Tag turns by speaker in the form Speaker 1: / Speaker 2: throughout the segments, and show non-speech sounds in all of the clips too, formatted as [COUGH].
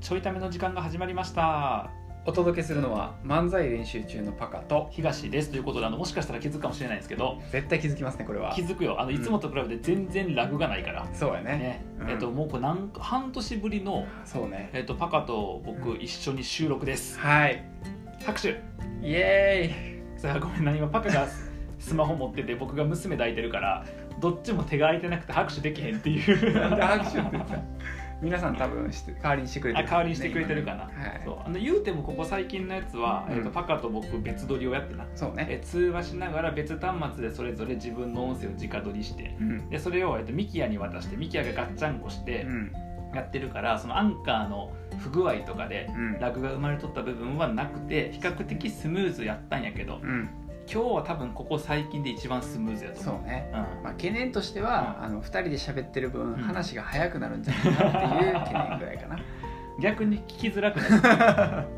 Speaker 1: ちょいための時間が始まりました
Speaker 2: お届けするのは漫才練習中のパカと
Speaker 1: 東ですということであのもしかしたら気づくかもしれないんですけど
Speaker 2: 絶対気づきますねこれは
Speaker 1: 気づくよあのいつもと比べて全然ラグがないから、
Speaker 2: そうやね
Speaker 1: ね
Speaker 2: うん
Speaker 1: えっともうこれなん半年ぶりの、
Speaker 2: そうね
Speaker 1: えっと、パカと僕一緒に収録です
Speaker 2: はい
Speaker 1: 拍手
Speaker 2: イエ
Speaker 1: さあごめんな今パカがスマホ持ってて僕が娘抱いてるからどっちも手が空いてなくて拍手できへんってい
Speaker 2: ーイ
Speaker 1: う
Speaker 2: なんで拍手って言った皆さん多分して代わりにしてくれて
Speaker 1: あ
Speaker 2: る
Speaker 1: 代わりにしてくれてるかな、
Speaker 2: 今ねはい
Speaker 1: そうあの言うてもここ最近のやつは、えっ
Speaker 2: う
Speaker 1: と
Speaker 2: ん
Speaker 1: パカと僕別撮りをやってな
Speaker 2: そうね
Speaker 1: え通話しながら別端末でそれぞれ自分の音声を直撮りして
Speaker 2: うん
Speaker 1: でそれを、えっと、ミキヤに渡してミキヤがガッチャンコし
Speaker 2: う
Speaker 1: て
Speaker 2: ん
Speaker 1: やってるからそのアンカーの不具合とかで
Speaker 2: うん
Speaker 1: ラグが生まれとった部分はなくて比較的スムーズやったんやけど
Speaker 2: うん
Speaker 1: 今日は多分ここ最近で一番スムーズやと
Speaker 2: そ
Speaker 1: 思う
Speaker 2: うね
Speaker 1: う、ん
Speaker 2: まあ懸念としては、
Speaker 1: うん
Speaker 2: あの二人で喋ってる分、
Speaker 1: ん
Speaker 2: 話が早くなるんじゃないかなっていう懸念ぐらいかな
Speaker 1: 逆に聞きづらくな
Speaker 2: [LAUGHS]
Speaker 1: る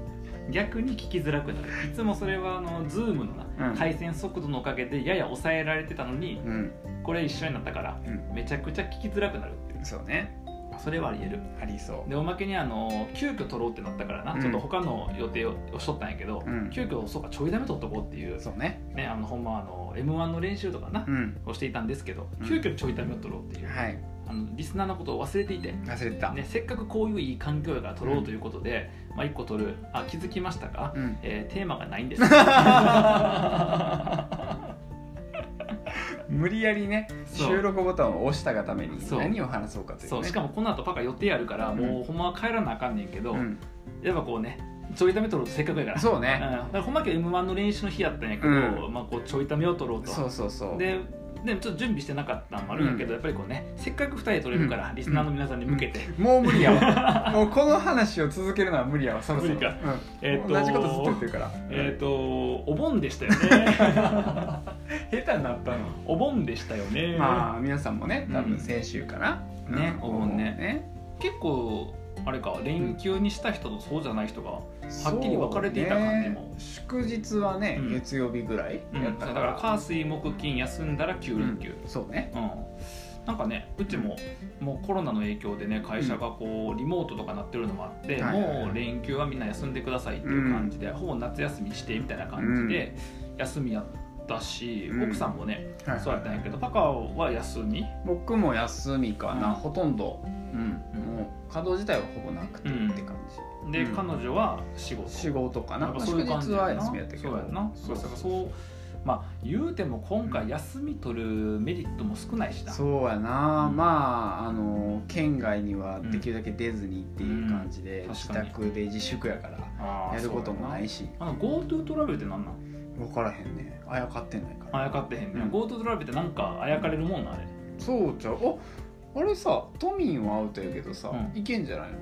Speaker 1: 逆に聞きづらくなるいつもそれはあの Zoom のな、
Speaker 2: うん
Speaker 1: 回線速度のおかげでやや抑えられてたのに
Speaker 2: うん
Speaker 1: これ一緒になったから
Speaker 2: う
Speaker 1: めちゃくちゃ聞きづらくなるっていうん
Speaker 2: そうね
Speaker 1: それはありえる
Speaker 2: ありそう
Speaker 1: でおまけにあの急遽撮ろうってなったからな、
Speaker 2: うん
Speaker 1: ちょっと他の予定をしとったんやけど、
Speaker 2: うん
Speaker 1: 急遽そうかちょいダメ撮っとこうっていう
Speaker 2: そうね
Speaker 1: ねあのほんまあの m 1の練習とかな、
Speaker 2: うん
Speaker 1: をしていたんですけど
Speaker 2: うん
Speaker 1: 急遽ちょいダメを撮ろうっていう、
Speaker 2: はい
Speaker 1: あのリスナーのことを忘れていて、ね、
Speaker 2: 忘れてた、
Speaker 1: せっかくこういういい環境やから撮ろうということで、まあ、1個撮るあ気づきましたか、
Speaker 2: うん
Speaker 1: えーテーマがないんです
Speaker 2: [LAUGHS] 無理やりね
Speaker 1: そう
Speaker 2: 収録ボタンを押したがために
Speaker 1: そう
Speaker 2: 何を話そうかというね
Speaker 1: そうしかもこの後パカ予定あるから、もうほんまは帰らなあかんねんけど、
Speaker 2: うん
Speaker 1: やっぱこうねちょいダメ撮ろうとせっかくやから
Speaker 2: そう
Speaker 1: うん、だ
Speaker 2: ね、
Speaker 1: からほんまけ m 1の練習の日やったんやけど、
Speaker 2: う
Speaker 1: まあ、こうちょいためを取ろうと
Speaker 2: そうそうそう
Speaker 1: ででもちょっと準備してなかったのもあるんやけど、
Speaker 2: うん
Speaker 1: やっぱりこうねせっかく2人で取れるから、
Speaker 2: うん
Speaker 1: リスナーの皆さんに向けて、
Speaker 2: もう無理や
Speaker 1: [LAUGHS]
Speaker 2: わもうこの話を続けるのは無理やわそろそろ
Speaker 1: 無理か
Speaker 2: うん
Speaker 1: えーっと
Speaker 2: 同じことずっと言ってるから、
Speaker 1: えっ、とお盆でしたよね
Speaker 2: [LAUGHS] 下手になったの
Speaker 1: お盆でしたよね、
Speaker 2: まあ皆さんもね多
Speaker 1: うん
Speaker 2: 分先週かな、
Speaker 1: ね
Speaker 2: うん
Speaker 1: お盆ね結構あれか連休にした人とそうじゃない人が、はっきり分かれていた感じも
Speaker 2: そうね祝日はね、
Speaker 1: うん
Speaker 2: 月曜日ぐらい
Speaker 1: うん
Speaker 2: やった
Speaker 1: だ
Speaker 2: か
Speaker 1: から
Speaker 2: ら、
Speaker 1: 火水木金休んだら9連休、
Speaker 2: そうね
Speaker 1: うん、なんかねうちももうコロナの影響でね会社がこうリモートとかなってるのもあって、
Speaker 2: はいはいはい
Speaker 1: もう連休はみんな休んでくださいっていう感じで、ほぼ夏休みしてみたいな感じで休みやったし、
Speaker 2: うん
Speaker 1: 奥さんもね、
Speaker 2: はい
Speaker 1: そうやったんやけどパカは休み、
Speaker 2: 僕も休みかな、
Speaker 1: うん
Speaker 2: ほとんど、う
Speaker 1: う
Speaker 2: ん
Speaker 1: ん
Speaker 2: もう稼働自体はほぼなくて
Speaker 1: うん
Speaker 2: って感じ、
Speaker 1: で、
Speaker 2: うん
Speaker 1: 彼女は仕事
Speaker 2: 仕事かな
Speaker 1: なんか
Speaker 2: 祝日は休みやったけ
Speaker 1: そうや
Speaker 2: ど
Speaker 1: んなそうそうそうまあ言うても今回休み取るメリットも少ないしな、
Speaker 2: そうやな、
Speaker 1: うん
Speaker 2: まああの県外にはできるだけ出ずにっていう感じで、
Speaker 1: うん確
Speaker 2: 自
Speaker 1: かに
Speaker 2: 宅で自粛やから
Speaker 1: あー
Speaker 2: やることもない
Speaker 1: そう
Speaker 2: し
Speaker 1: やなあの GoTo トラベルって何なん
Speaker 2: 分からへんねあやかってないから
Speaker 1: あやかってへんね、
Speaker 2: うん
Speaker 1: GoTo トラベルってなんかあやかれるもんなあれ
Speaker 2: そうちゃうああれさ都民はアウトやけどさ、
Speaker 1: うん
Speaker 2: いけんじゃないの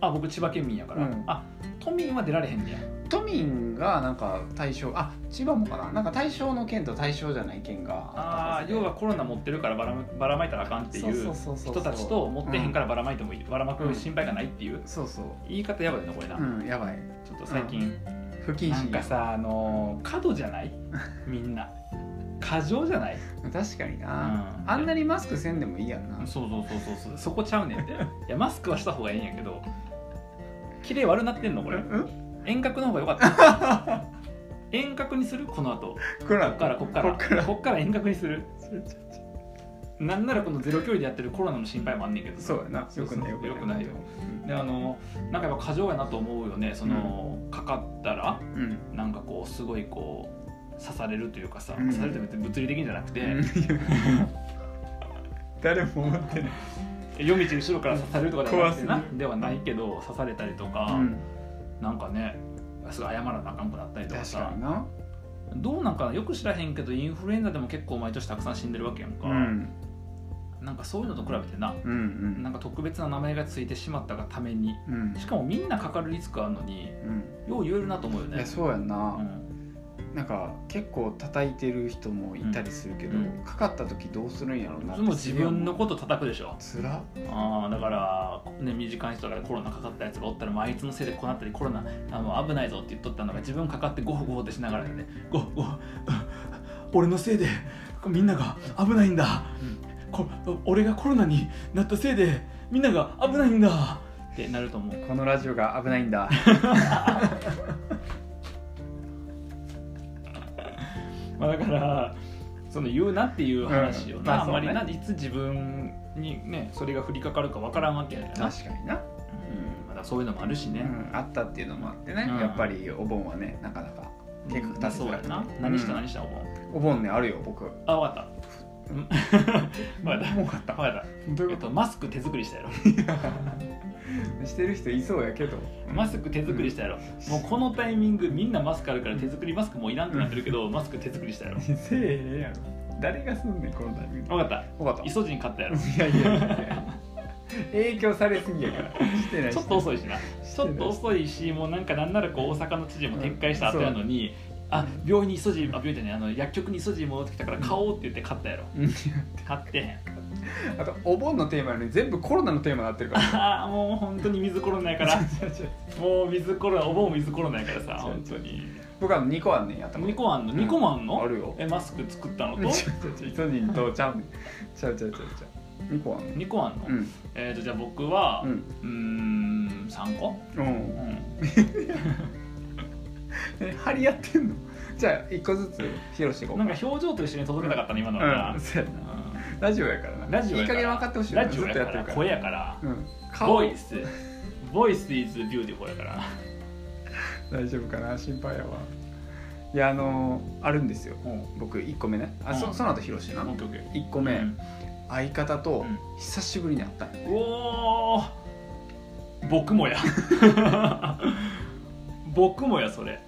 Speaker 1: あ僕千葉県民やから、
Speaker 2: うん
Speaker 1: あ都民は出られへんねや
Speaker 2: 都民がなんか対象あ千葉もかななんか対象の県と対象じゃない県が
Speaker 1: あ
Speaker 2: あったは
Speaker 1: あ
Speaker 2: ずで
Speaker 1: 要はコロナ持ってるからばらまばらまいたらあかんっていう
Speaker 2: そうそうそうそ
Speaker 1: 人
Speaker 2: う
Speaker 1: たちと持ってへんからばらまいてもいいばらま
Speaker 2: う
Speaker 1: く
Speaker 2: ん
Speaker 1: 心配がないっていう
Speaker 2: そうそう
Speaker 1: 言い方やばいなこれな、
Speaker 2: うんやばい
Speaker 1: ちょっと最近、
Speaker 2: 不謹
Speaker 1: なん
Speaker 2: 慎
Speaker 1: かさあのー角じゃ [LAUGHS] ないみんな過剰じゃない
Speaker 2: 確かにな、
Speaker 1: うん
Speaker 2: あんなにマスクせんでもいいやんな、
Speaker 1: そうそうそうそうそうそこちゃうねんっていやマスクはした方がいいんやけど綺麗悪なってんのこれ
Speaker 2: うん
Speaker 1: 遠隔の方が良かった [LAUGHS] 遠隔にするこの後
Speaker 2: こ
Speaker 1: こっからこっからこっから遠隔にす
Speaker 2: [LAUGHS]
Speaker 1: るなんならこのゼロ距離でやってるコロナの心配もあんねんけど
Speaker 2: そうやなよくない
Speaker 1: そうそう
Speaker 2: よ
Speaker 1: よく
Speaker 2: く
Speaker 1: な
Speaker 2: ないい
Speaker 1: よ
Speaker 2: よ
Speaker 1: であのなんかやっぱ過剰やなと思うよねその、かかったら
Speaker 2: うん
Speaker 1: なんかこうすごいこう刺されるというかさ、
Speaker 2: うん
Speaker 1: 刺されるって別に物理的にじゃなくて、
Speaker 2: うん [LAUGHS] 誰も思ってない
Speaker 1: 夜道後ろから刺されるとかではなくてな
Speaker 2: 怖す
Speaker 1: ではないけど刺されたりとか、
Speaker 2: うん
Speaker 1: なんかねすごい謝らなあかんくなったりとか
Speaker 2: 確
Speaker 1: さ
Speaker 2: かにな
Speaker 1: どうなんかなよく知らへんけどインフルエンザでも結構毎年たくさん死んでるわけやんか、
Speaker 2: うん
Speaker 1: なんかそういうのと比べてな
Speaker 2: うんうん
Speaker 1: なんか特別な名前がついてしまったがために
Speaker 2: うん
Speaker 1: しかもみんなかかるリスクあるのに
Speaker 2: うん
Speaker 1: よう言えるなと思うよ
Speaker 2: い
Speaker 1: ね
Speaker 2: やそうやんな、
Speaker 1: うん
Speaker 2: なんか結構叩いてる人もいたりするけど、
Speaker 1: うん
Speaker 2: かかった時どうするんやろう
Speaker 1: い
Speaker 2: な
Speaker 1: つも自分のこと叩くでしょ
Speaker 2: つら
Speaker 1: あーだから、ね、身近な人がコロナかかったやつがおったら、まあ、あいつのせいでこうなったりコロナあの危ないぞって言っとったのが自分かかってゴホゴホってしながらねゴホゴホ俺のせいでみんなが危ないんだこ俺がコロナになったせいでみんなが危ないんだってなると思う
Speaker 2: このラジオが危ない
Speaker 1: [LAUGHS]
Speaker 2: んだ
Speaker 1: まあだからその言うなっていう話を
Speaker 2: うん
Speaker 1: な、
Speaker 2: まあ
Speaker 1: あんまり
Speaker 2: そうね
Speaker 1: な、いつ自分にねそれが降りかかるかわからんわけやからな、
Speaker 2: 確かにな、
Speaker 1: うんまだそういうのもあるし
Speaker 2: う
Speaker 1: ね、
Speaker 2: ん、あったっていうのもあってね、
Speaker 1: うん
Speaker 2: やっぱりお盆はねなかなか計画立て
Speaker 1: そう
Speaker 2: づら
Speaker 1: や
Speaker 2: くて
Speaker 1: な何した
Speaker 2: うん
Speaker 1: 何した思う、
Speaker 2: お盆ねあるよ僕
Speaker 1: あわかったうん [LAUGHS] わ
Speaker 2: [LAUGHS]
Speaker 1: かっ
Speaker 2: もう買ったた
Speaker 1: わかっ
Speaker 2: ど
Speaker 1: た
Speaker 2: うい
Speaker 1: えっ
Speaker 2: うこと
Speaker 1: マスク手作りしたやろ
Speaker 2: としてる人いそうやけど
Speaker 1: マスク手作りしたやろ、もうこのタイミングみんなマスクあるから手作りマスクもういらんってなってるけど、マスク手作りしたやろ
Speaker 2: せえへんやろ誰がすんねんこのタイミング
Speaker 1: 分かった
Speaker 2: 分かった
Speaker 1: 磯人買ったやろち
Speaker 2: いやいやいやい
Speaker 1: [LAUGHS]
Speaker 2: や影響されすぎやからしてない
Speaker 1: ょっと遅
Speaker 2: い
Speaker 1: いしなちょっと遅いしもうなんかなんならこう大阪の知事も撤回した後やのに、あ病院に磯人あ病院じゃないあの薬局に磯人戻ってきたから買おうって言って買ったやろ買ってへん [LAUGHS]
Speaker 2: あとお盆のテーマより全部コロナのテーマになってるから
Speaker 1: ああもう本当に水コロナや
Speaker 2: [LAUGHS]
Speaker 1: からもう水コロナお盆水コロナやからさ本当に
Speaker 2: 僕あの2個あんねんやった
Speaker 1: 2個あんの2個もあんの、
Speaker 2: あるよ
Speaker 1: えマスク作ったの
Speaker 2: ち
Speaker 1: と
Speaker 2: ょちょちょイソジンとちゃうねんちゃうちゃうちゃうちゃう2個あんね
Speaker 1: 2個あんの、
Speaker 2: うん
Speaker 1: えっ、とじゃあ僕は
Speaker 2: う
Speaker 1: うんーん3個、
Speaker 2: うん
Speaker 1: うん、
Speaker 2: え張り合ってんのじゃあ1個ずつ披露していこう
Speaker 1: な
Speaker 2: か
Speaker 1: んか表情と一緒に届けたかったの今のはな、
Speaker 2: うんそうやな
Speaker 1: う
Speaker 2: ラジオやからなん
Speaker 1: ラジオ
Speaker 2: い
Speaker 1: や
Speaker 2: い
Speaker 1: か
Speaker 2: 加
Speaker 1: ら
Speaker 2: 減分かってほしいよ
Speaker 1: ラ
Speaker 2: な
Speaker 1: ジオや
Speaker 2: ずっ
Speaker 1: か
Speaker 2: とや
Speaker 1: ら
Speaker 2: ってる
Speaker 1: 声やから
Speaker 2: うん
Speaker 1: ボイスボイス is beautiful やから
Speaker 2: 大丈夫かな心配やわいやあのーあるんですよ
Speaker 1: うん
Speaker 2: 僕1個目ねあ
Speaker 1: う
Speaker 2: そ
Speaker 1: ん
Speaker 2: その後披露してな
Speaker 1: オッケーオッケー
Speaker 2: 1個目、
Speaker 1: うん
Speaker 2: 相方と
Speaker 1: うん
Speaker 2: 久しぶりに会ったんよ
Speaker 1: おー僕もや [LAUGHS] 僕もやそれ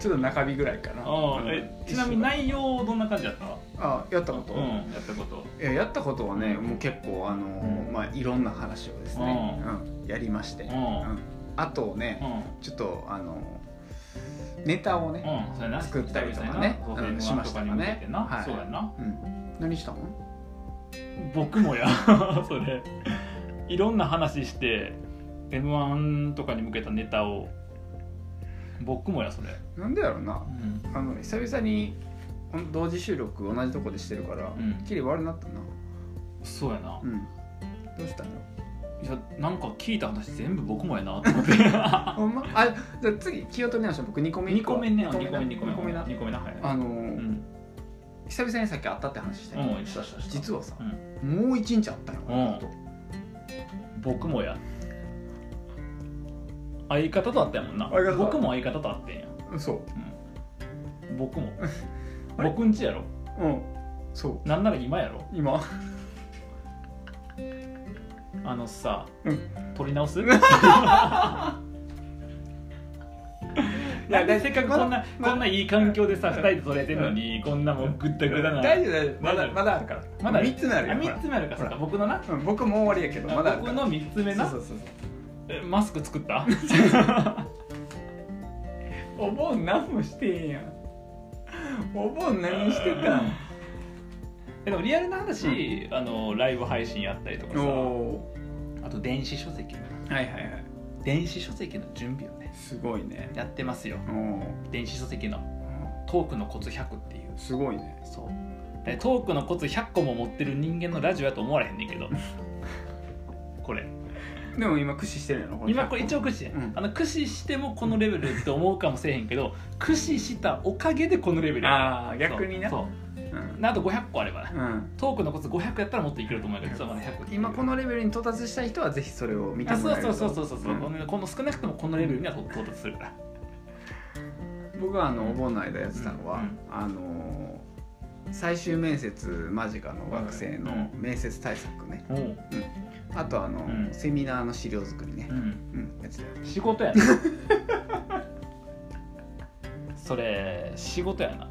Speaker 2: ちょっと中日ぐらいかな
Speaker 1: うん
Speaker 2: うん
Speaker 1: えちなみに内容どんな感じやった
Speaker 2: あやったこと、
Speaker 1: うん
Speaker 2: い
Speaker 1: やったこと
Speaker 2: ややったことはねもう結構あのー
Speaker 1: うん
Speaker 2: まあいろんな話をですね、うんやりまして、
Speaker 1: う
Speaker 2: うんんあとね、
Speaker 1: う
Speaker 2: ちょっとあのーネタをね、
Speaker 1: んうんそれな
Speaker 2: 作ったりとかね
Speaker 1: そう
Speaker 2: うん
Speaker 1: やな
Speaker 2: しました
Speaker 1: に
Speaker 2: よ
Speaker 1: 向
Speaker 2: ね
Speaker 1: けてな、
Speaker 2: はい
Speaker 1: そうやな
Speaker 2: うん、何したの
Speaker 1: 僕もや [LAUGHS] それいろんな話して m 1とかに向けたネタを僕もやそれ、
Speaker 2: なんでやろうな
Speaker 1: うん
Speaker 2: あの久々にほん同時収録同じとこでしてるから、
Speaker 1: うん
Speaker 2: きり悪なったな
Speaker 1: そうやな
Speaker 2: うんどうしたの
Speaker 1: いやなんか聞いた話全部僕もやなと思って
Speaker 2: ほんまあじゃあ次気を取り直して僕2個目
Speaker 1: 2個目ね
Speaker 2: [LAUGHS] 二
Speaker 1: 2個目2
Speaker 2: 二
Speaker 1: 個目
Speaker 2: 二個目な
Speaker 1: 2個目なはい
Speaker 2: あのー
Speaker 1: うん
Speaker 2: 久々にさっき会ったって話したよ、
Speaker 1: うんしたしたした
Speaker 2: 実はさ
Speaker 1: う、ん
Speaker 2: もう一日会ったよ、
Speaker 1: うん僕もや相方と会ったやもんな
Speaker 2: 相方と会った
Speaker 1: 僕も相方と会ってんや
Speaker 2: うんそう
Speaker 1: うん僕も
Speaker 2: あ
Speaker 1: [LAUGHS]
Speaker 2: れ
Speaker 1: 僕んちやろ
Speaker 2: うんそう
Speaker 1: なんなら今やろ
Speaker 2: 今
Speaker 1: あのさ、
Speaker 2: うん
Speaker 1: 撮り直
Speaker 2: [LAUGHS]
Speaker 1: すい
Speaker 2: や
Speaker 1: や
Speaker 2: だい
Speaker 1: せっかくこんな、
Speaker 2: まだ
Speaker 1: こんないい環境でさ、2人で撮れてるのに、こんなもうぐったぐだな
Speaker 2: 大丈夫大丈夫ま
Speaker 1: 大
Speaker 2: だ
Speaker 1: 丈夫
Speaker 2: まだあるから
Speaker 1: まだある
Speaker 2: 3つ目ある
Speaker 1: あ
Speaker 2: よほら
Speaker 1: 3つ目あるから
Speaker 2: ほ
Speaker 1: さ
Speaker 2: ら
Speaker 1: 僕のな
Speaker 2: うん、僕もう終わりやけどまだあるか
Speaker 1: 僕
Speaker 2: ら
Speaker 1: の3つ目な
Speaker 2: そうそうそう
Speaker 1: えマスク作った
Speaker 2: そう [LAUGHS] お盆何もしてへんやんお盆何してたん
Speaker 1: でもリアルな話、あのライブ配信やったりとかさ
Speaker 2: お
Speaker 1: あと電子書籍
Speaker 2: ーはいはいはい
Speaker 1: 電子書籍の準備をね
Speaker 2: すごいね
Speaker 1: やってますよ
Speaker 2: おー
Speaker 1: 電子書籍のトークのコツ100っていう
Speaker 2: すごいね
Speaker 1: そうでトークのコツ100個も持ってる人間のラジオやと思われへんねんけ
Speaker 2: [LAUGHS]
Speaker 1: どこれ
Speaker 2: でも今駆使してるやろ
Speaker 1: 今これ
Speaker 2: 100
Speaker 1: 一応駆使や、
Speaker 2: うん
Speaker 1: あの駆使してもこのレベルって思うかもしれへんけど駆使したおかげでこのレベルや
Speaker 2: ああ逆にな
Speaker 1: そう
Speaker 2: う
Speaker 1: そ
Speaker 2: ん
Speaker 1: うあと500個あればな
Speaker 2: うん
Speaker 1: トークのコツ500やったらもっといけると思うけど実はまだ100っていう
Speaker 2: 今このレベルに到達したい人はぜひそれを見て
Speaker 1: あ
Speaker 2: も
Speaker 1: そ
Speaker 2: ら
Speaker 1: う
Speaker 2: える
Speaker 1: そ
Speaker 2: と
Speaker 1: うそうそうそうそう、
Speaker 2: うん
Speaker 1: このこの少なくともこのレベルには到達するから
Speaker 2: 僕はあのお盆の間やってたのは、
Speaker 1: うんうん
Speaker 2: あのー最終面接間近の学生の
Speaker 1: うん
Speaker 2: 面接対策ね、
Speaker 1: おう、
Speaker 2: あとあの、
Speaker 1: うん
Speaker 2: セミナーの資料作りね
Speaker 1: う、ん、
Speaker 2: うんやってたよ
Speaker 1: 仕事やな [LAUGHS] それ仕事やな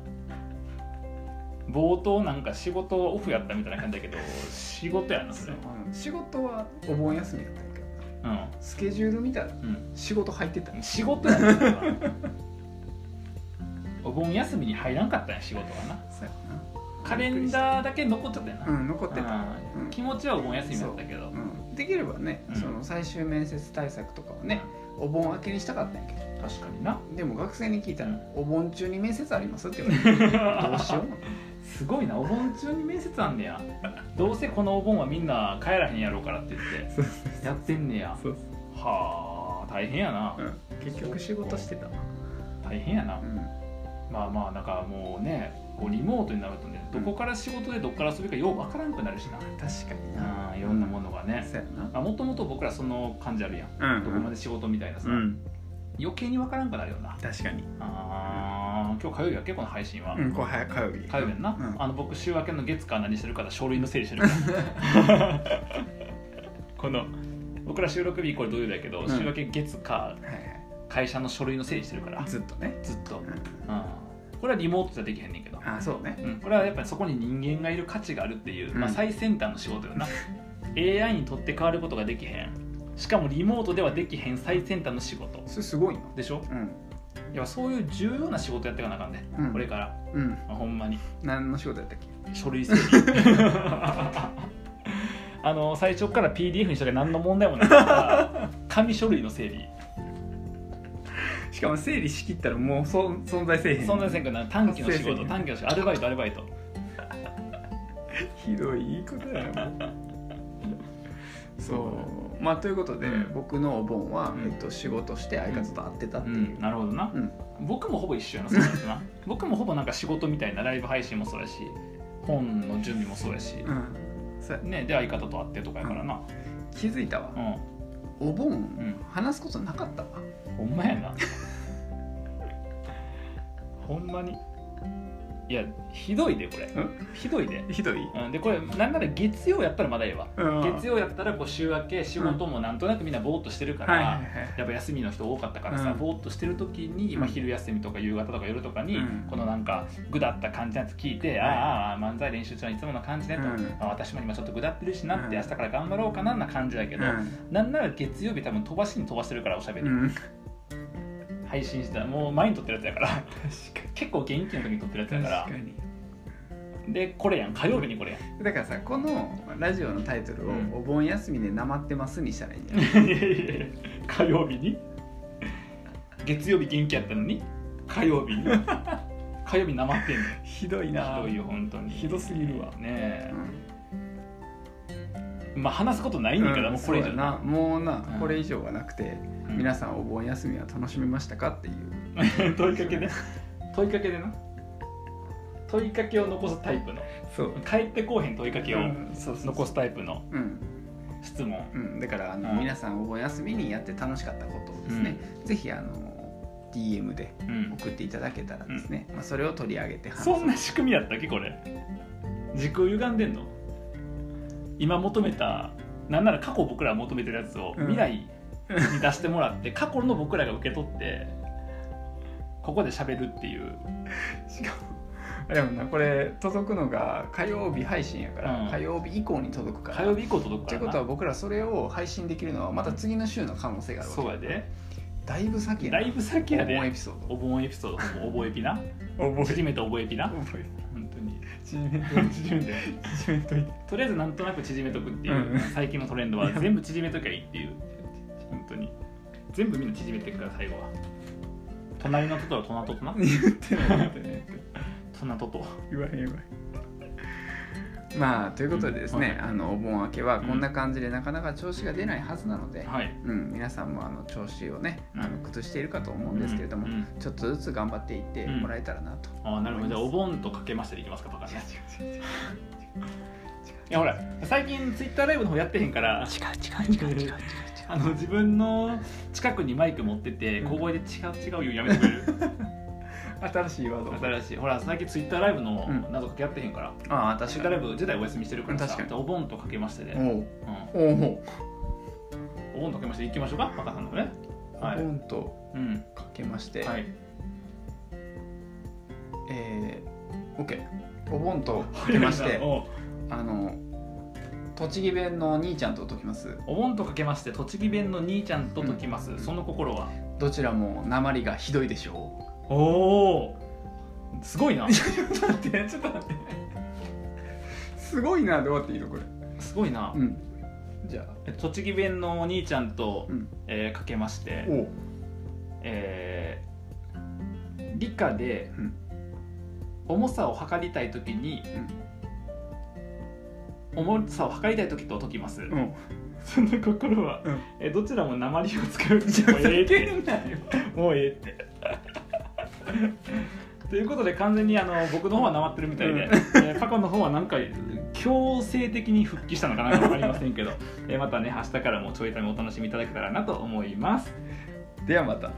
Speaker 1: 冒頭なんか仕事オフやったみたいな感じだけど仕事やなそれ
Speaker 2: うん仕事はお盆休みだったんやけどな
Speaker 1: うん
Speaker 2: スケジュール見たら
Speaker 1: うん
Speaker 2: 仕事入ってたよ
Speaker 1: 仕事やなそれはお盆休みに入らんかったんや仕事はな
Speaker 2: そうや
Speaker 1: カレンダーだけ残っちゃったよな、
Speaker 2: なうん残ってた、
Speaker 1: うん
Speaker 2: うん
Speaker 1: 気持ちはお盆休みだったけど
Speaker 2: うんできればね、
Speaker 1: うん
Speaker 2: その最終面接対策とかはねお盆明けにしたかったんやけど
Speaker 1: 確かにな
Speaker 2: でも学生に聞いたら
Speaker 1: う [LAUGHS]
Speaker 2: 「お盆中に面接あります?」って言われてどうしよう
Speaker 1: すごいなお盆中に面接あんねやどうせこのお盆はみんな帰らへんやろうからって言っ
Speaker 2: そう
Speaker 1: てやってんねや
Speaker 2: そう
Speaker 1: はあ大変やな
Speaker 2: うん結局仕事してたな
Speaker 1: 大変やな
Speaker 2: うん
Speaker 1: まあまあなんかもうねこうリモートになるとねどこから仕事でどこから遊びかようわからんくなるしな
Speaker 2: 確かに
Speaker 1: あーいろんなものがね
Speaker 2: そうや
Speaker 1: もともと僕らその感じあるやん
Speaker 2: な
Speaker 1: どこまで仕事みたいなさ、
Speaker 2: うん
Speaker 1: 余計にわからんくなるよな
Speaker 2: 確かに
Speaker 1: あー今日火曜日やっけこの配信は、
Speaker 2: うんこう早く火曜日
Speaker 1: 火曜日やんな、
Speaker 2: うん
Speaker 1: あの僕週明けの月から何してるか
Speaker 2: [LAUGHS]
Speaker 1: だ書類の整理してるからこの僕ら収録日これ土曜日やけど、
Speaker 2: うん
Speaker 1: 週明け月か
Speaker 2: はい
Speaker 1: 会社の書類の整理してるから
Speaker 2: はいずっとね
Speaker 1: ずっと、う、
Speaker 2: うんん
Speaker 1: これはリモートじゃできへんねんけど、
Speaker 2: あそうね
Speaker 1: うん、これはやっぱりそこに人間がいる価値があるっていう、
Speaker 2: うん
Speaker 1: まあ、最先端の仕事よな AI にとって変わることができへんしかもリモートではできへん最先端の仕事
Speaker 2: それすごいな
Speaker 1: でしょ
Speaker 2: うん
Speaker 1: やっぱそういう重要な仕事やっていかなあかんね、
Speaker 2: うん
Speaker 1: これから、
Speaker 2: うん
Speaker 1: まあ、ほんまに
Speaker 2: 何の仕事やったっけ
Speaker 1: 書類整理 [LAUGHS] あの最初から PDF にしとけば何の問題もないから
Speaker 2: [LAUGHS]
Speaker 1: 紙書類の整理
Speaker 2: しかも整理しきったらもうそ存在せえへん
Speaker 1: そんなせんくな短期の仕事
Speaker 2: 発生せえへん
Speaker 1: 短期の仕事アルバイトアルバイト
Speaker 2: ひどい言い方やなもうそうまあということで、
Speaker 1: うん
Speaker 2: 僕のお盆は、
Speaker 1: うん
Speaker 2: えっと、仕事して相方と会ってたっ
Speaker 1: う
Speaker 2: てい
Speaker 1: ん
Speaker 2: う、
Speaker 1: なるほどな、
Speaker 2: うん
Speaker 1: 僕もほぼ一緒やなそうなんです
Speaker 2: [LAUGHS]
Speaker 1: な僕もほぼなんか仕事みたいなライブ配信もそうやし本の準備もそうやし、
Speaker 2: うんそう
Speaker 1: ねで相方と会ってとかやからな
Speaker 2: 気づいたわ
Speaker 1: う、ん、
Speaker 2: お盆、
Speaker 1: ん
Speaker 2: 話すことなかったわ
Speaker 1: ほんまやなほんまにいやひどいでこれ
Speaker 2: ん
Speaker 1: ひどいで、
Speaker 2: ひどい、
Speaker 1: うん、でこれなんなら月曜やったらまだええわ
Speaker 2: うん、
Speaker 1: 月曜やったらこう週明け仕事もなんとなくみんなぼーっとしてるから、
Speaker 2: はいはいはい
Speaker 1: やっぱ休みの人多かったからさ、
Speaker 2: うん
Speaker 1: ぼーっとしてる時に、まあ、
Speaker 2: うん
Speaker 1: 昼休みとか夕方とか夜とかに、
Speaker 2: うん
Speaker 1: このなんかぐだった感じのやつ聞いて、ああああ漫才練習中はいつもの感じねと、
Speaker 2: うん
Speaker 1: まあ私も今ちょっとぐだってるしなって、
Speaker 2: うん
Speaker 1: 明日から頑張ろうかなな感じだけど、なんなら月曜日多分飛ばしに飛ばしてるからおしゃべ
Speaker 2: う
Speaker 1: り、
Speaker 2: ん、うん、
Speaker 1: 配信してたもう前に撮ってるやつやから結構元気の時に撮ってるやつや
Speaker 2: 確
Speaker 1: か
Speaker 2: からに
Speaker 1: でこれやん火曜日にこれ
Speaker 2: [LAUGHS]
Speaker 1: やん
Speaker 2: だからさこのラジオのタイトルを
Speaker 1: うん
Speaker 2: 「お盆休みでなまってます」にしたらいいんじゃない
Speaker 1: いやいやいや火曜日に月曜日元気やったのに火曜日に火曜日なまってんの
Speaker 2: [LAUGHS] ひどい
Speaker 1: ひどいよ本当に
Speaker 2: ひどすぎるわ
Speaker 1: ね
Speaker 2: う
Speaker 1: えまあ話すことない
Speaker 2: ん、
Speaker 1: んだけど、
Speaker 2: うん
Speaker 1: もうこれ以
Speaker 2: そう
Speaker 1: 上
Speaker 2: やなもうな、
Speaker 1: うん
Speaker 2: これ以上はなくて、
Speaker 1: うん
Speaker 2: 皆さんお盆休みは楽しみましたかっていう
Speaker 1: 問いかけで問いかけでな問いかけを残すタイプの
Speaker 2: そう
Speaker 1: 帰ってこうへん問いかけを
Speaker 2: うんそうそう
Speaker 1: 残すタイプの
Speaker 2: うん、
Speaker 1: 質問
Speaker 2: うん、だからあの、
Speaker 1: うん
Speaker 2: 皆さんお盆休みにやって楽しかったことをですね、ぜひあの DM で
Speaker 1: うん
Speaker 2: 送っていただけたらですね、まあ、それを取り上げて話す
Speaker 1: そんな仕組みやったっけこれ時空歪んでんの今求めたなんなら過去僕らが求めてるやつを
Speaker 2: うん
Speaker 1: 未来に出してもらって、 [LAUGHS] 過去の僕らが受け取ってここで喋るっていう
Speaker 2: しかもあでもなこれ届くのが火曜日配信やから、
Speaker 1: うん
Speaker 2: 火曜日以降に届くから
Speaker 1: 火曜日以降届く
Speaker 2: っ
Speaker 1: か
Speaker 2: て
Speaker 1: ら
Speaker 2: こ
Speaker 1: な
Speaker 2: とは僕らそれを配信できるのはまた次の週の可能性があるわけ
Speaker 1: そうやで
Speaker 2: だいぶ先やな
Speaker 1: だいぶ先や
Speaker 2: お盆エ
Speaker 1: で
Speaker 2: ピソー
Speaker 1: お盆エピソードほぼ覚えピな
Speaker 2: ド覚
Speaker 1: 初めて覚えピな
Speaker 2: 覚え
Speaker 1: 本当に
Speaker 2: 縮めといて
Speaker 1: 縮めて
Speaker 2: 縮めといて
Speaker 1: とりあえずなんとなく縮めとくっていう、
Speaker 2: うん
Speaker 1: 最近のトレンドは全部縮めときゃいいっていう本当に全部みんな縮めていくから最後は隣のトトロトナトトな
Speaker 2: 言ってない言ってない
Speaker 1: トナトト
Speaker 2: 言わへん言わへんまあということでですね、
Speaker 1: うんは
Speaker 2: あのお盆明けはこんな感じでなかなか調子が出ないはずなので、
Speaker 1: はい
Speaker 2: うん、皆さんもあの調子をねあの
Speaker 1: うん
Speaker 2: 崩しているかと思うんですけれども、
Speaker 1: うんうん
Speaker 2: ちょっとずつ頑張っていってもらえたらなと、
Speaker 1: ああなるほどじゃあお盆とかけましてでいきますかバカね
Speaker 2: 違う違う違う違う違う違う
Speaker 1: いやほら最近ツイッターライブの方やってへんから
Speaker 2: 違う違う違う違う違う
Speaker 1: あの自分の近くにマイク持ってて小声で違う違う言うやめてくれる
Speaker 2: [LAUGHS] 新しいワード
Speaker 1: 新しいほら最近ツイッターライブの
Speaker 2: うん
Speaker 1: 謎かけやってへんから、
Speaker 2: ああ
Speaker 1: ツイッタ
Speaker 2: 確
Speaker 1: ー
Speaker 2: かに
Speaker 1: ライブ自体お休みしてるからさ
Speaker 2: 確かに
Speaker 1: お盆とかけましてで、うん、
Speaker 2: おうおう
Speaker 1: お盆とかけましてでいきましょうかバカさんのねは
Speaker 2: ポ
Speaker 1: い、
Speaker 2: ンと
Speaker 1: うん
Speaker 2: かけまして、
Speaker 1: はい、
Speaker 2: えー、OK お盆とかけまし [LAUGHS] て
Speaker 1: [LAUGHS] お
Speaker 2: あの栃木弁のお兄ちゃんと解きます
Speaker 1: お盆とかけまして栃木弁の兄ちゃんと解きます、その心は
Speaker 2: どちらも鉛がひどいでしょ
Speaker 1: おおすごい
Speaker 2: [LAUGHS]
Speaker 1: なちょっと待ってちょっと待って
Speaker 2: うすごいなで終わっていいのこれ
Speaker 1: すごいな、
Speaker 2: うんじゃあ
Speaker 1: え栃木弁のお兄ちゃんと、
Speaker 2: うん
Speaker 1: えーかけまして
Speaker 2: おう
Speaker 1: えー理科で、
Speaker 2: うん
Speaker 1: 重さを測りたい時に、重さを測りたい時と解きます、
Speaker 2: うん
Speaker 1: その心は、
Speaker 2: うん
Speaker 1: えどちらも鉛を使う
Speaker 2: [LAUGHS] じゃ
Speaker 1: もうええ
Speaker 2: け
Speaker 1: って
Speaker 2: んなよ
Speaker 1: [LAUGHS] もうええってということで完全にあの僕の方はなまってるみたいで、
Speaker 2: うん
Speaker 1: えーパコの方はなんか強制的に復帰したのかなんか分かりませんけど、えーまたね明日からもちょいためお楽しみいただけたらなと思います
Speaker 2: ではまた